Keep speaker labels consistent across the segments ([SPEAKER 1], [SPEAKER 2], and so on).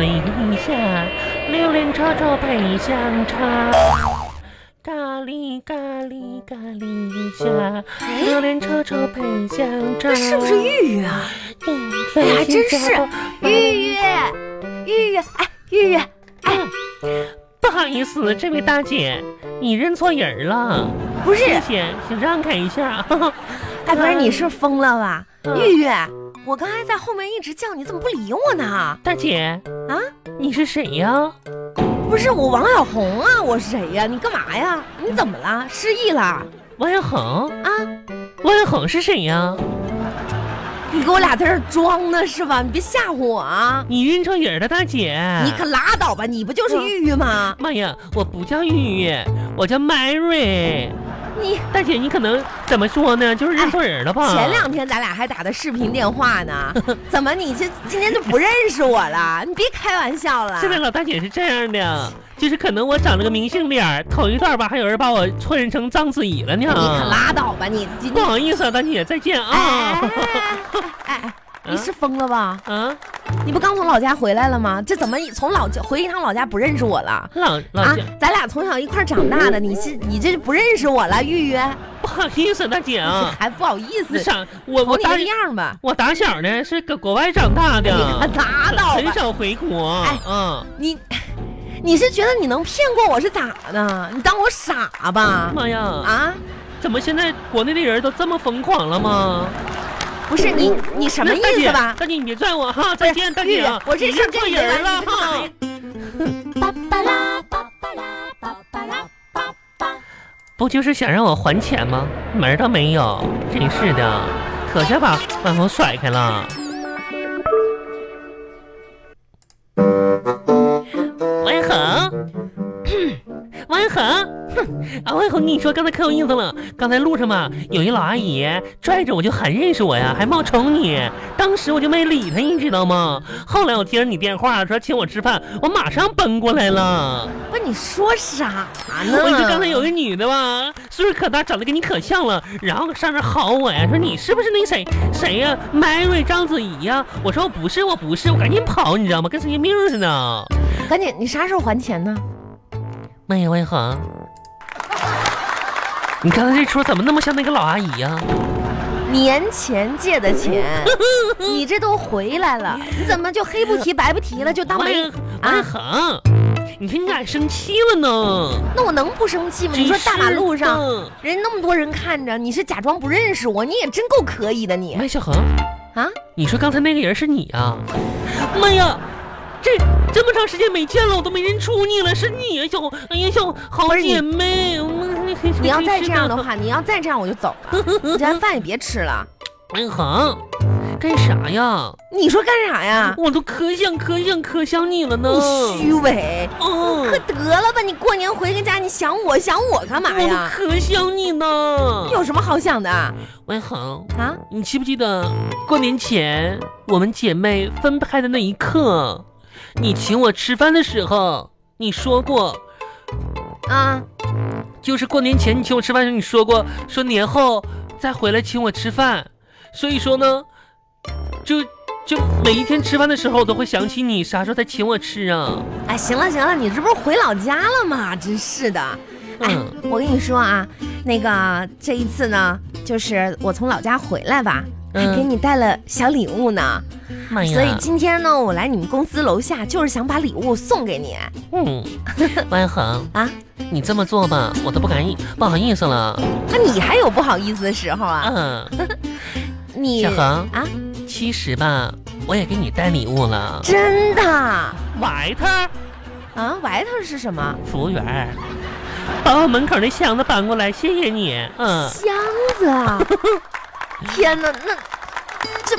[SPEAKER 1] 林一下，榴莲炒炒配香肠。咖喱咖喱咖喱一下，榴莲炒炒配香肠。
[SPEAKER 2] 哎是不是玉玉啊？
[SPEAKER 1] 哎
[SPEAKER 2] 哎呀，还真是玉玉，玉玉，哎，玉玉，
[SPEAKER 1] 不好意思，这位大姐，你认错人了。
[SPEAKER 2] 不是，
[SPEAKER 1] 谢谢，请让开一下。
[SPEAKER 2] 哎，不是你是疯了吧？
[SPEAKER 1] 嗯
[SPEAKER 2] 玉玉，我刚才在后面一直叫你，怎么不理我呢？
[SPEAKER 1] 大姐，
[SPEAKER 2] 啊，
[SPEAKER 1] 你是谁呀？
[SPEAKER 2] 不是我王小红啊，我是谁呀、你干嘛呀？你怎么了？失忆了啊？
[SPEAKER 1] 王小恒，王小恒是谁呀？
[SPEAKER 2] 你给我俩在这儿装呢是吧？你别吓唬我啊！
[SPEAKER 1] 你认错人了，大姐。
[SPEAKER 2] 你可拉倒吧，你不就是玉玉吗？
[SPEAKER 1] 妈呀，我不叫玉玉，我叫 Mary。
[SPEAKER 2] 你
[SPEAKER 1] 大姐，你可能怎么说呢？就是认错人了吧？
[SPEAKER 2] 哎前两天咱俩还打的视频电话 呢，怎么你这今天就不认识我了？你别开玩笑了
[SPEAKER 1] 这。位老大姐是这样的，就是可能我长了个明星脸儿，头一段吧，还有人把我错认成章子怡了呢。
[SPEAKER 2] 你可拉倒吧，你你
[SPEAKER 1] 不好意思啊，大姐，再见
[SPEAKER 2] 哎
[SPEAKER 1] 啊。
[SPEAKER 2] 哎哎，你
[SPEAKER 1] 嗯
[SPEAKER 2] 是疯了吧？
[SPEAKER 1] 啊，
[SPEAKER 2] 你不刚从老家回来了吗？这怎么一从老家回一趟老家不认识我了？
[SPEAKER 1] 老老
[SPEAKER 2] 啊
[SPEAKER 1] 姐，，
[SPEAKER 2] 咱俩从小一块儿长大的，你是你这不认识我了，玉玉，
[SPEAKER 1] 不好意思，大姐啊。
[SPEAKER 2] 还不好意
[SPEAKER 1] 那
[SPEAKER 2] 思，瞅
[SPEAKER 1] 啥，我我哎
[SPEAKER 2] 你
[SPEAKER 1] 打
[SPEAKER 2] 这样吧，
[SPEAKER 1] 我打小呢是搁国外长大的，
[SPEAKER 2] 你可拉倒
[SPEAKER 1] 很
[SPEAKER 2] 吧，
[SPEAKER 1] 少回国。
[SPEAKER 2] 哎
[SPEAKER 1] 嗯，
[SPEAKER 2] 你你是觉得你能骗过我是咋的？你当我傻吧？
[SPEAKER 1] 妈呀，
[SPEAKER 2] 啊，
[SPEAKER 1] 怎么现在国内的人都这么疯狂了吗？
[SPEAKER 2] 不是你你什么
[SPEAKER 1] 嗯那大
[SPEAKER 2] 意
[SPEAKER 1] 姐
[SPEAKER 2] 思吧？
[SPEAKER 1] 大姐你别拽我哈，再见，大
[SPEAKER 2] 玉
[SPEAKER 1] 姐啊
[SPEAKER 2] 玉，我这
[SPEAKER 1] 你
[SPEAKER 2] 事儿
[SPEAKER 1] 认
[SPEAKER 2] 跟
[SPEAKER 1] 错
[SPEAKER 2] 你没
[SPEAKER 1] 人
[SPEAKER 2] 关
[SPEAKER 1] 了哈。
[SPEAKER 2] 系，
[SPEAKER 3] 巴巴拉巴巴拉巴巴拉巴巴，
[SPEAKER 1] 不就是想让我还钱吗？门儿都没有，真是的，可下把万峰甩开了。万恒，万恒，哼，啊，万恒，跟你说刚才可有意思了。刚才路上嘛，有一老阿姨拽着我就喊认识我呀，还冒充你。当时我就没理她，你知道吗？后来我接着你电话说请我吃饭，我马上奔过来了。
[SPEAKER 2] 不是你说啥呢？
[SPEAKER 1] 我就刚才有个女的吧，岁数可大，长得跟你可像了，然后上这薅我呀，说你是不是那谁谁呀、m a r y 章子怡呀、我说我不是，我不是，我赶紧跑，你知道吗？跟神经病似的。
[SPEAKER 2] 赶紧，你啥时候还钱呢？
[SPEAKER 1] 妈呀，魏 恒，你刚才这出怎么那么像那个老阿姨呀、
[SPEAKER 2] 年前借 的钱，你这都回来了，你怎么就黑不提白不提了，就当
[SPEAKER 1] 王
[SPEAKER 2] 没？
[SPEAKER 1] 一王一恒，你看你咋生气了呢？
[SPEAKER 2] 那我能不生气吗？你说
[SPEAKER 1] 真
[SPEAKER 2] 大马
[SPEAKER 1] 是嗯
[SPEAKER 2] 路上
[SPEAKER 1] 的，
[SPEAKER 2] 人那么多人看着，你是假装不认识我，你也真够可以的你
[SPEAKER 1] 麦小恒，
[SPEAKER 2] 啊！
[SPEAKER 1] 你说刚才那个人是你啊？妈呀，这这么长时间没见了，我都没认出你了，是你啊，小红，哎呀，小好姐妹，
[SPEAKER 2] 你要再这样的
[SPEAKER 1] 话，
[SPEAKER 2] 话，你要再这样我就走了，你这饭也别吃了。
[SPEAKER 1] 哎恒，干啥呀？
[SPEAKER 2] 你说干啥呀？
[SPEAKER 1] 我都可想可想可想你了呢。
[SPEAKER 2] 你虚伪，
[SPEAKER 1] 嗯
[SPEAKER 2] 可，得了吧！你过年回个家，你想我想我干嘛
[SPEAKER 1] 我都
[SPEAKER 2] 呀？
[SPEAKER 1] 可想你呢。
[SPEAKER 2] 有什么好想的啊？
[SPEAKER 1] 喂，恒，
[SPEAKER 2] 啊
[SPEAKER 1] 你记不记得过年前我们姐妹分开的那一刻，你请我吃饭的时候，你说过。
[SPEAKER 2] 啊！
[SPEAKER 1] 就是过年前你请我吃饭的时候，你说过说年后再回来请我吃饭，所以说呢，就就每一天吃饭的时候，我都会想起你啥时候再请我吃啊。
[SPEAKER 2] 哎，行了行了，你这不是回老家了吗？真是的。哎
[SPEAKER 1] 嗯，
[SPEAKER 2] 我跟你说啊，那个这一次呢，就是我从老家回来吧，还
[SPEAKER 1] 嗯哎
[SPEAKER 2] 给你带了小礼物呢。
[SPEAKER 1] 妈
[SPEAKER 2] 所以今天呢，我来你们公司楼下，就是想把礼物送给你
[SPEAKER 1] 嗯，万恒
[SPEAKER 2] 啊。
[SPEAKER 1] 你这么做吧，我都不敢意，不好意思了。
[SPEAKER 2] 那你还有不好意思的时候啊？
[SPEAKER 1] 嗯，
[SPEAKER 2] 你
[SPEAKER 1] 小恒，
[SPEAKER 2] 啊，
[SPEAKER 1] 其实吧，我也给你带礼物了。
[SPEAKER 2] 真的啊？
[SPEAKER 1] 外他
[SPEAKER 2] 外头是什么
[SPEAKER 1] 服务员，把我门口那箱子搬过来，谢谢你。嗯，
[SPEAKER 2] 箱子 啊？天哪，那这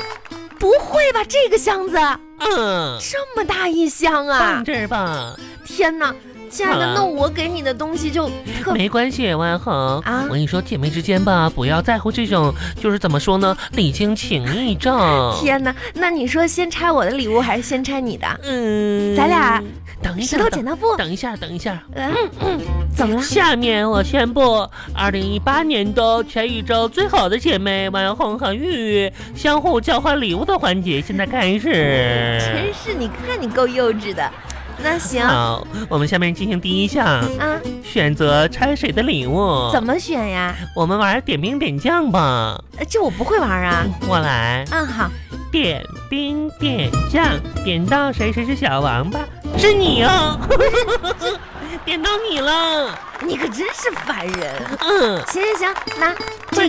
[SPEAKER 2] 不会吧？这个箱子
[SPEAKER 1] 嗯，
[SPEAKER 2] 这么大一箱啊
[SPEAKER 1] 放？这儿吧。
[SPEAKER 2] 天哪，亲爱的，
[SPEAKER 1] 啊
[SPEAKER 2] 那我给你的东西就特
[SPEAKER 1] 没关系，万恒
[SPEAKER 2] 啊
[SPEAKER 1] 我跟你说，姐妹之间吧，不要在乎这种，就是怎么说呢，礼轻情意重。
[SPEAKER 2] 天哪！那你说先拆我的礼物还是先拆你的？
[SPEAKER 1] 嗯，
[SPEAKER 2] 咱俩
[SPEAKER 1] 等一下，
[SPEAKER 2] 石头剪刀布
[SPEAKER 1] 等，等一下，等一下。
[SPEAKER 2] 嗯嗯，怎么了？
[SPEAKER 1] 下面我宣布，二零一八年度全宇宙最好的姐妹万红和玉玉相互交换礼物的环节现在开始
[SPEAKER 2] 真。是，你看你够幼稚的。那行啊，
[SPEAKER 1] 好，我们下面进行第一项，选择拆谁的礼物。
[SPEAKER 2] 怎么选呀？
[SPEAKER 1] 我们玩点兵点将吧，
[SPEAKER 2] 呃这我不会玩啊。
[SPEAKER 1] 我来。
[SPEAKER 2] 嗯，好，
[SPEAKER 1] 点兵点将，点到谁谁是小王八，是你哦， 点到你了，
[SPEAKER 2] 你可真是烦人。
[SPEAKER 1] 嗯，
[SPEAKER 2] 行行行，那这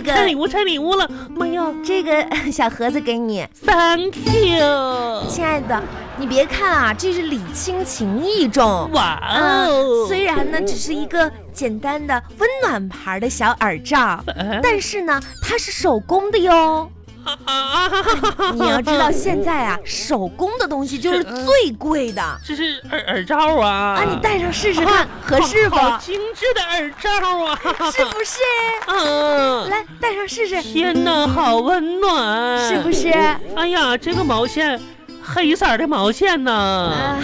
[SPEAKER 1] 快拆礼
[SPEAKER 2] 个
[SPEAKER 1] 物拆礼物了，妈呀
[SPEAKER 2] 这个 小盒子给你，
[SPEAKER 1] ，Thank you，
[SPEAKER 2] 亲爱的，你别看啊，这是礼轻情意重。
[SPEAKER 1] 哇
[SPEAKER 2] 啊
[SPEAKER 1] 哦，，
[SPEAKER 2] 虽然呢只是一个简单的温暖牌的小耳罩，
[SPEAKER 1] 但
[SPEAKER 2] 但是呢它是手工 的哟。
[SPEAKER 1] 啊哈哈哈哈
[SPEAKER 2] 你要知道，现在啊手工的东西就是最贵的啊！
[SPEAKER 1] 这是耳耳罩啊，
[SPEAKER 2] 你戴上试试看，合适
[SPEAKER 1] 好好
[SPEAKER 2] 不？
[SPEAKER 1] 精致的耳罩 啊，
[SPEAKER 2] 是不是？
[SPEAKER 1] 嗯，
[SPEAKER 2] 来戴上试试，
[SPEAKER 1] 天哪，好温暖，
[SPEAKER 2] 是不是？
[SPEAKER 1] 哎呀，这个毛线，黑色儿的毛线呢？
[SPEAKER 2] 啊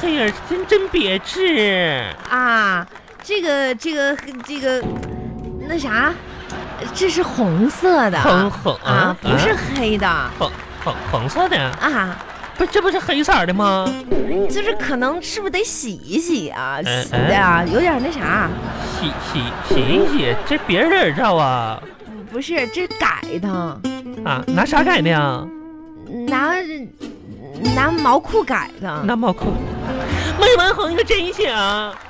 [SPEAKER 1] 嘿呀，真真别致！
[SPEAKER 2] 啊，这个这个这个，那啥，这是红色的
[SPEAKER 1] 红红嗯
[SPEAKER 2] 啊，不是黑的啊。
[SPEAKER 1] 红红红色的，不是这不是黑色儿的吗？
[SPEAKER 2] 就是可能是不是得洗一洗啊？
[SPEAKER 1] 嗯
[SPEAKER 2] 洗的啊，有点那啥，
[SPEAKER 1] 洗洗洗一洗，这别人的耳罩啊
[SPEAKER 2] 不不是这改的，
[SPEAKER 1] 啊，拿啥改的呀？
[SPEAKER 2] 拿拿毛裤改的。
[SPEAKER 1] 拿毛裤。没完红，你可真行！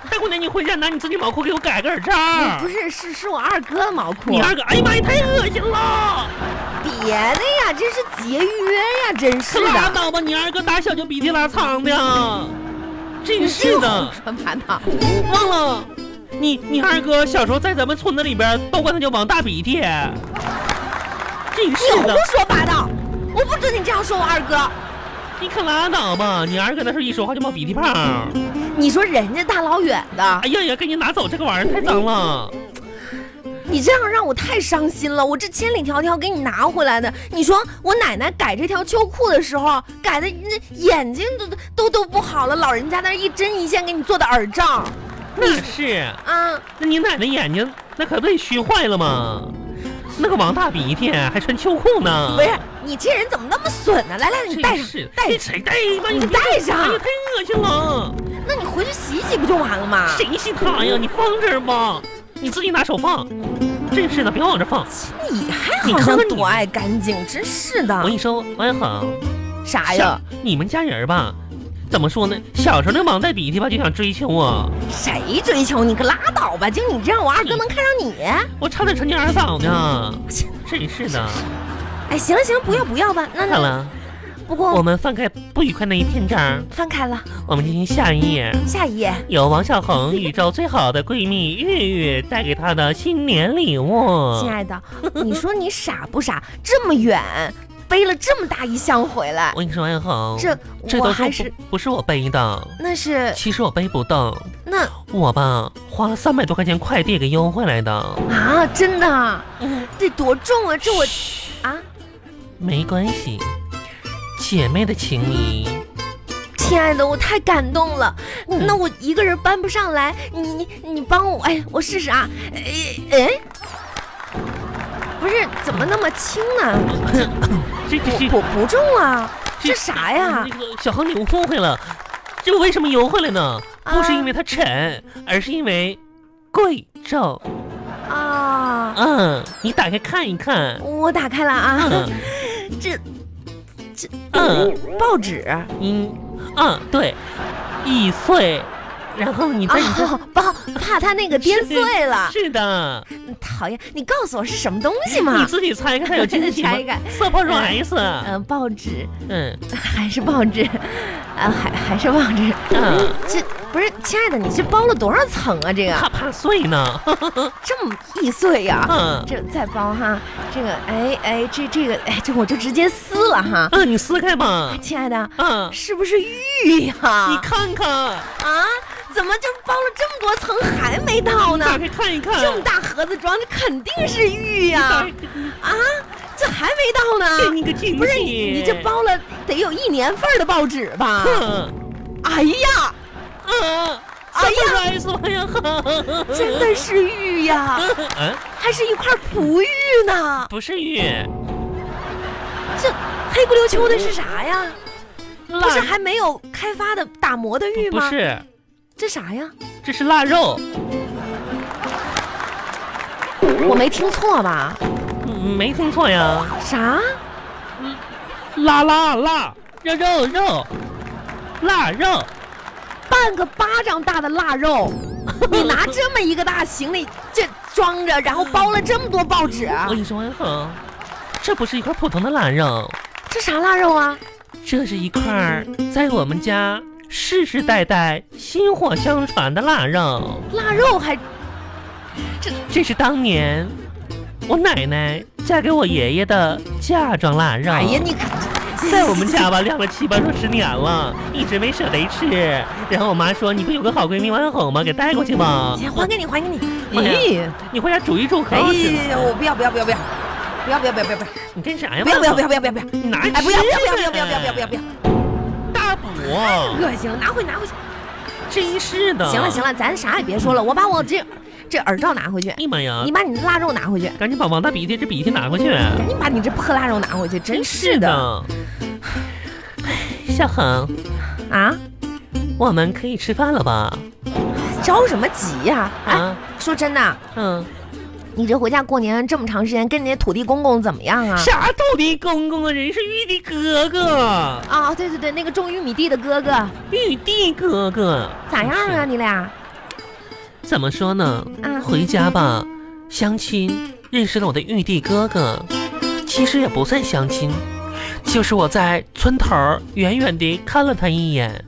[SPEAKER 1] 大姑娘，你回家拿你自己毛裤给我改个耳罩。
[SPEAKER 2] 不是，是是我二哥的毛裤。
[SPEAKER 1] 你二哥，哎呀妈呀，太恶心了！
[SPEAKER 2] 别的呀，真是节约呀，真是
[SPEAKER 1] 可拉
[SPEAKER 2] 的。
[SPEAKER 1] 倒吧，你二哥打小就鼻涕拉碴的，真是的。
[SPEAKER 2] 胡说八道。
[SPEAKER 1] 忘了，你你二哥小时候在咱们村子里边，都管他叫王大鼻涕。真
[SPEAKER 2] 你
[SPEAKER 1] 是
[SPEAKER 2] 胡
[SPEAKER 1] 的，
[SPEAKER 2] 说八道！我不准你这样说我二哥。
[SPEAKER 1] 你可拉倒吧！你二哥那时候一说话就冒鼻涕泡儿。
[SPEAKER 2] 你说人家大老远的，
[SPEAKER 1] 哎呀呀，给你拿走这个玩意儿太脏了。
[SPEAKER 2] 你这样让我太伤心了。我这千里迢迢给你拿回来的，你说我奶奶改这条秋裤的时候，改的那眼睛都都都不好了，老人家那一针一线给你做的耳罩
[SPEAKER 1] 那是，
[SPEAKER 2] 啊！
[SPEAKER 1] 那你奶奶眼睛那可不得熏坏了吗？那个王大鼻涕还穿秋裤呢。
[SPEAKER 2] 不是，你这人怎么那么损呢？来来，你戴
[SPEAKER 1] 真
[SPEAKER 2] 上
[SPEAKER 1] 是，的，
[SPEAKER 2] 戴
[SPEAKER 1] 啊这
[SPEAKER 2] 上，
[SPEAKER 1] 谁戴吧？
[SPEAKER 2] 你戴上
[SPEAKER 1] 哎呀，太恶心了！
[SPEAKER 2] 那你回去洗一洗不就完了吗？
[SPEAKER 1] 谁信他呀？你放这儿吧，你自己拿手放。真是的，别往这放。
[SPEAKER 2] 你还
[SPEAKER 1] 你
[SPEAKER 2] 好
[SPEAKER 1] 看
[SPEAKER 2] 像
[SPEAKER 1] 看你
[SPEAKER 2] 多爱干净，真是
[SPEAKER 1] 我跟
[SPEAKER 2] 的。
[SPEAKER 1] 你说，王恒，
[SPEAKER 2] 啥
[SPEAKER 1] 小
[SPEAKER 2] 哎呀？
[SPEAKER 1] 你们家人儿吧，怎么说呢？小时候那王带鼻涕吧，就想追求啊我，
[SPEAKER 2] 谁追求你？可拉倒吧！就你这样，我二哥能看上你？
[SPEAKER 1] 我差点成你二嫂呢。真是的，
[SPEAKER 2] 哎，行了行了，不要不要吧。那
[SPEAKER 1] 看
[SPEAKER 2] 那
[SPEAKER 1] 了，
[SPEAKER 2] 不过
[SPEAKER 1] 我们翻开不愉快那一篇章，
[SPEAKER 2] 翻开了，
[SPEAKER 1] 我们进行下一页。
[SPEAKER 2] 下一页。
[SPEAKER 1] 有王小红宇宙最好的闺蜜月月带给她的新年礼物
[SPEAKER 2] 亲，爱的，你说你傻不傻？这么远背了这么大一箱回来
[SPEAKER 1] 我，跟你说，王小红，
[SPEAKER 2] 这
[SPEAKER 1] 这
[SPEAKER 2] 我
[SPEAKER 1] 都是
[SPEAKER 2] 还
[SPEAKER 1] 不
[SPEAKER 2] 是
[SPEAKER 1] 不是我背的，
[SPEAKER 2] 那是
[SPEAKER 1] 其实我背不动，
[SPEAKER 2] 那
[SPEAKER 1] 我吧花了三百多块钱快递给邮回来的。
[SPEAKER 2] 啊，真的啊
[SPEAKER 1] 嗯
[SPEAKER 2] 得多重啊？这我
[SPEAKER 1] 嘘
[SPEAKER 2] 啊，
[SPEAKER 1] 没关系，姐妹的情谊，
[SPEAKER 2] 亲爱的，我太感动了。
[SPEAKER 1] 嗯
[SPEAKER 2] 那我一个人搬不上来，你你你帮我，哎，我试试啊。哎哎，不是怎么那么轻 呢？
[SPEAKER 1] 这这这
[SPEAKER 2] 我不重 啊，这啥呀？
[SPEAKER 1] 那个小恒，你误会了，这为什么邮回来呢？
[SPEAKER 2] 啊
[SPEAKER 1] 不是因为它沉，而是因为贵重。
[SPEAKER 2] 啊，
[SPEAKER 1] 嗯，你打开看一看。
[SPEAKER 2] 我打开了啊，
[SPEAKER 1] 嗯
[SPEAKER 2] 这这
[SPEAKER 1] 嗯
[SPEAKER 2] 报纸
[SPEAKER 1] 嗯嗯，对，易碎，然后你再你再。
[SPEAKER 2] 啊，报怕它那个颠碎了， 嗯
[SPEAKER 1] 是的，
[SPEAKER 2] 讨厌！你告诉我是什么东西
[SPEAKER 1] 你
[SPEAKER 2] 嘛？
[SPEAKER 1] 自己猜一看它有惊喜吗
[SPEAKER 2] 拆开？
[SPEAKER 1] 色泡 S，
[SPEAKER 2] 嗯、报纸
[SPEAKER 1] 嗯
[SPEAKER 2] 还是报纸，啊，还还是报纸。
[SPEAKER 1] 嗯，
[SPEAKER 2] 这不是亲爱的，你这包了多少层啊？这个
[SPEAKER 1] 怕怕碎呢，
[SPEAKER 2] 这么易碎呀、
[SPEAKER 1] 嗯。
[SPEAKER 2] 这再包哈，这个哎哎，这这个哎，这我就直接撕了哈。
[SPEAKER 1] 啊，你撕开吧。
[SPEAKER 2] 亲爱的，
[SPEAKER 1] 啊，
[SPEAKER 2] 是不是玉呀、
[SPEAKER 1] 你看看，
[SPEAKER 2] 啊，怎么就包了这么多层还没到呢？
[SPEAKER 1] 打开看一看，
[SPEAKER 2] 这么大盒子装，这肯定是玉 呀、啊！这还没到
[SPEAKER 1] 给
[SPEAKER 2] 呢，
[SPEAKER 1] 你个惊喜！
[SPEAKER 2] 不是你你这，包了得有一年份儿的报纸
[SPEAKER 1] 嗯
[SPEAKER 2] 吧？
[SPEAKER 1] 哼
[SPEAKER 2] 哎呀，
[SPEAKER 1] 啊，
[SPEAKER 2] 哎呀
[SPEAKER 1] 摔死我呀！哼
[SPEAKER 2] 真的是玉呀，
[SPEAKER 1] 嗯，
[SPEAKER 2] 还是一块璞玉呢。
[SPEAKER 1] 不是玉，
[SPEAKER 2] 这黑不溜秋的是啥呀？
[SPEAKER 1] 不
[SPEAKER 2] 不是还没有开发的打磨的玉
[SPEAKER 1] 不
[SPEAKER 2] 吗？
[SPEAKER 1] 是，
[SPEAKER 2] 这啥呀？
[SPEAKER 1] 这是腊肉。
[SPEAKER 2] 我没听错吧？
[SPEAKER 1] 嗯没听错呀，
[SPEAKER 2] 啥？
[SPEAKER 1] 腊腊腊，肉肉肉，腊肉。
[SPEAKER 2] 半个巴掌大的腊肉，你拿这么一个大行李这装着，然后包了这么多报纸，
[SPEAKER 1] 我跟你说，文恒，这不是一块普通的腊肉，
[SPEAKER 2] 这啥腊肉啊？
[SPEAKER 1] 这是一块儿在我们家世世代代薪火相传的腊肉。
[SPEAKER 2] 腊肉还
[SPEAKER 1] 这是当年我奶奶嫁给我爷爷的嫁妆腊肉。
[SPEAKER 2] 哎呀，你
[SPEAKER 1] 在我们家吧，晾了七八说十年了，一直没舍得吃。然后我妈说：“你不有个好闺蜜王红吗？给带过去吧。
[SPEAKER 2] 你还给你，还给你。
[SPEAKER 1] 哎呀你回家煮一煮，可好吃了。
[SPEAKER 2] 呀，我不要不要不要不要不要不要不要不要
[SPEAKER 1] 你干啥呀？
[SPEAKER 2] 不要不要不
[SPEAKER 1] 要！
[SPEAKER 2] 要不要不要不要！
[SPEAKER 1] 你拿去
[SPEAKER 2] 哎，不要不要不要不要不要不要不要不要！
[SPEAKER 1] 大补，啊
[SPEAKER 2] 恶心了，拿回拿回去。
[SPEAKER 1] 真是的。
[SPEAKER 2] 行了行
[SPEAKER 1] 了，
[SPEAKER 2] 了，咱啥也别说了，我把我这这耳罩拿回去，
[SPEAKER 1] 哎呀妈呀
[SPEAKER 2] 你！把你的腊肉拿回去，
[SPEAKER 1] 赶紧把王大鼻涕这鼻涕拿过去。啊嗯
[SPEAKER 2] 赶紧把你这破腊肉拿回去，真是的
[SPEAKER 1] 小恒，
[SPEAKER 2] 啊！
[SPEAKER 1] 我们可以吃饭了吧？
[SPEAKER 2] 着什么急呀？哎，
[SPEAKER 1] 啊，
[SPEAKER 2] 说真的，
[SPEAKER 1] 嗯，
[SPEAKER 2] 你这回家过年这么长时间，跟你那土地公公怎么样啊？
[SPEAKER 1] 啥土地公公啊？人是玉帝哥哥，
[SPEAKER 2] 啊，对对对，那个种玉米地的哥哥
[SPEAKER 1] 玉帝哥哥
[SPEAKER 2] 咋样啊？？你俩
[SPEAKER 1] 是怎么说呢？
[SPEAKER 2] 啊？
[SPEAKER 1] 回家吧，相亲认识了我的玉帝哥哥，其实也不算相亲，就是我在村头儿远远地看了他一眼，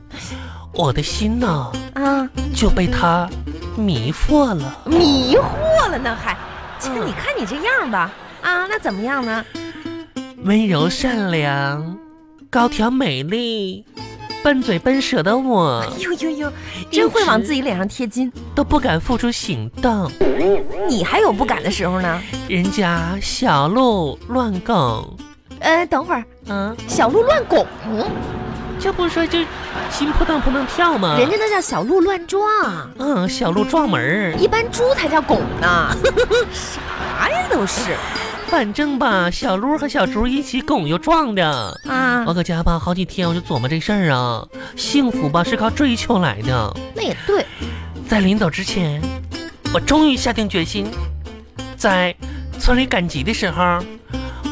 [SPEAKER 1] 我的心呐
[SPEAKER 2] 啊，
[SPEAKER 1] 就被他迷惑了。
[SPEAKER 2] 迷惑了呢还，这
[SPEAKER 1] 嗯
[SPEAKER 2] 你看你这样吧，啊，那怎么样呢？
[SPEAKER 1] 温柔善良、高挑美丽、笨嘴笨舌的我
[SPEAKER 2] 呦呦呦，真会往自
[SPEAKER 1] 己
[SPEAKER 2] 己脸上贴金，
[SPEAKER 1] 都不敢付出行动，
[SPEAKER 2] 你还有不敢的时候呢？
[SPEAKER 1] 人家小鹿乱拱，
[SPEAKER 2] 呃，等会儿
[SPEAKER 1] 啊，
[SPEAKER 2] 小鹿乱拱，
[SPEAKER 1] 这不说就心扑腾扑腾跳吗？
[SPEAKER 2] 人家那叫小鹿乱撞，
[SPEAKER 1] 嗯，小鹿撞门儿，
[SPEAKER 2] 一般猪才叫拱呢，啥呀都是
[SPEAKER 1] 反正吧，小鹿和小竹一起拱又撞的。
[SPEAKER 2] 啊
[SPEAKER 1] 我，搁家吧，好几天我就琢磨这事儿啊。幸福吧是靠追求来的，
[SPEAKER 2] 那也对，
[SPEAKER 1] 在临走之前，我终于下定决心，在村里赶集的时候，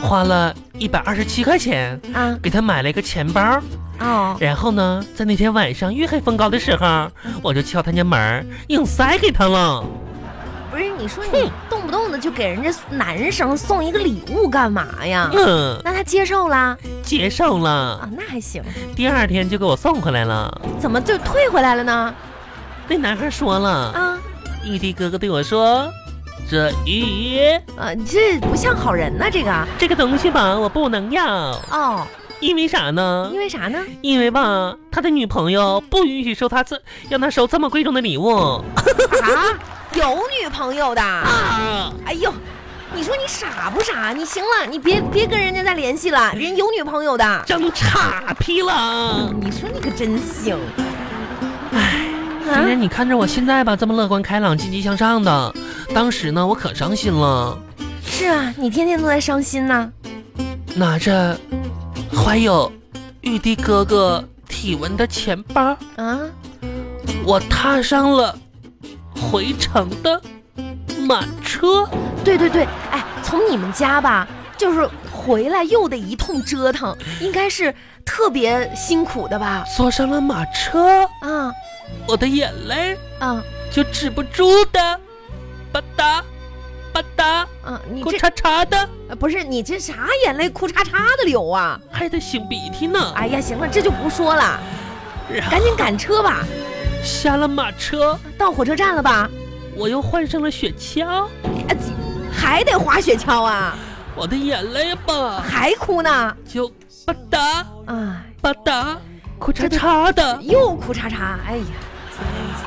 [SPEAKER 1] 花了一百二十七块钱
[SPEAKER 2] 啊
[SPEAKER 1] 给他买了一个钱包。
[SPEAKER 2] 哦，
[SPEAKER 1] 然后呢，在那天晚上月黑风高的时候，我就敲他家门儿，硬塞给他了。
[SPEAKER 2] 不是你说你动不动的就给人家男生送一个礼物干嘛呀？
[SPEAKER 1] 嗯，
[SPEAKER 2] 那他接受啦
[SPEAKER 1] 接受了
[SPEAKER 2] 啊，，那还行，
[SPEAKER 1] 第二天就给我送回来了。
[SPEAKER 2] 怎么就退回来了呢？
[SPEAKER 1] 那男孩说了，
[SPEAKER 2] 啊
[SPEAKER 1] 玉帝哥哥对我说：“这鱼
[SPEAKER 2] 啊，你这不像好人呐，这个
[SPEAKER 1] 这个东西吧，我不能要，
[SPEAKER 2] 哦，
[SPEAKER 1] 因为啥呢
[SPEAKER 2] 因？为啥呢？
[SPEAKER 1] 因为吧，他的女朋友不允许收他这，让他收这么贵重的礼物
[SPEAKER 2] 啊，有女朋友的。
[SPEAKER 1] 啊！
[SPEAKER 2] 哎呦，你说你傻不傻？你行了，你别别跟人家再联系了，人有女朋友的。
[SPEAKER 1] 整岔劈了。
[SPEAKER 2] 你说你可真行，
[SPEAKER 1] 虽
[SPEAKER 2] 哎，啊，
[SPEAKER 1] 然你看着我现在吧，这么乐观开朗、积极向上的，当时呢，我可伤心了，
[SPEAKER 2] 是啊，你天天都在伤心呢。
[SPEAKER 1] 拿着怀有玉帝哥哥体温的钱包。”
[SPEAKER 2] 啊，
[SPEAKER 1] 我踏上了回程的马车。
[SPEAKER 2] 对对对，哎，从你们家吧，就是回来又得一通折腾，应该是特别辛苦的吧？
[SPEAKER 1] 坐上了马车，
[SPEAKER 2] 啊
[SPEAKER 1] 我的眼泪
[SPEAKER 2] 啊
[SPEAKER 1] 就止不住的吧嗒吧嗒，
[SPEAKER 2] 啊！你
[SPEAKER 1] 咕
[SPEAKER 2] 这
[SPEAKER 1] 嚓嚓的，
[SPEAKER 2] 呃不是你这啥眼泪哭叉叉的流啊？
[SPEAKER 1] 还得擤鼻涕呢。
[SPEAKER 2] 哎呀，行了，这就不说了，
[SPEAKER 1] 然后
[SPEAKER 2] 赶紧赶车吧，
[SPEAKER 1] 下了马车，
[SPEAKER 2] 到火车站了吧？
[SPEAKER 1] 我又换上了雪橇，
[SPEAKER 2] 哎还得滑雪橇啊？
[SPEAKER 1] 我的眼泪吧
[SPEAKER 2] 还哭呢？
[SPEAKER 1] 就吧嗒
[SPEAKER 2] 啊，
[SPEAKER 1] 吧嗒，咕嚓嚓的。
[SPEAKER 2] 又哭叉叉，哎呀，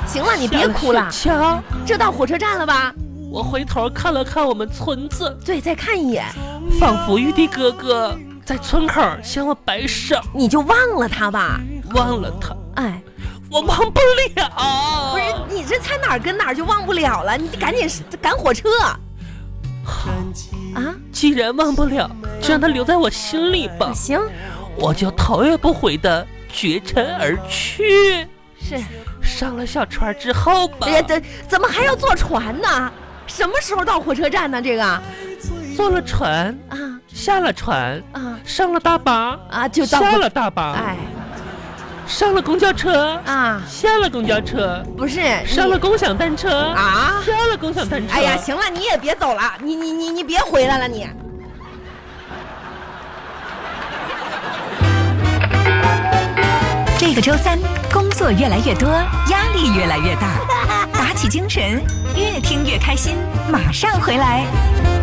[SPEAKER 2] 行了，你别哭了，
[SPEAKER 1] 瞧，
[SPEAKER 2] 这到火车站了吧？
[SPEAKER 1] 我回头看了看我们村子，
[SPEAKER 2] 对，再看一眼，
[SPEAKER 1] 仿佛玉帝哥哥在村口向我摆手，
[SPEAKER 2] 你就忘了他吧？
[SPEAKER 1] 忘了他，
[SPEAKER 2] 哎，
[SPEAKER 1] 我忘不了。
[SPEAKER 2] 不是，你这才哪儿跟哪儿就忘不了了？你得赶紧赶火车啊！
[SPEAKER 1] 既然忘不了，就让它留在我心里吧。
[SPEAKER 2] 行，
[SPEAKER 1] 我就头也不回的绝尘而去。
[SPEAKER 2] 是。
[SPEAKER 1] 上了小船之后吧，
[SPEAKER 2] 哎呀，这怎么还要坐船呢？什么时候到火车站呢？这个啊
[SPEAKER 1] 坐了船，下了船，
[SPEAKER 2] 啊
[SPEAKER 1] 上了大巴，
[SPEAKER 2] 啊，就到
[SPEAKER 1] 下了大巴，
[SPEAKER 2] 哎
[SPEAKER 1] 上了公交车，
[SPEAKER 2] 啊，
[SPEAKER 1] 下了公交车，
[SPEAKER 2] 不是
[SPEAKER 1] 上了
[SPEAKER 2] 你
[SPEAKER 1] 共享单车，
[SPEAKER 2] 啊？
[SPEAKER 1] 上了共享单车。
[SPEAKER 2] 哎呀，行了，你也别走了，你你你你别回来了你。
[SPEAKER 4] 这个周三，工作越来越多，压力越来越大，打起精神，越听越开心，马上回来。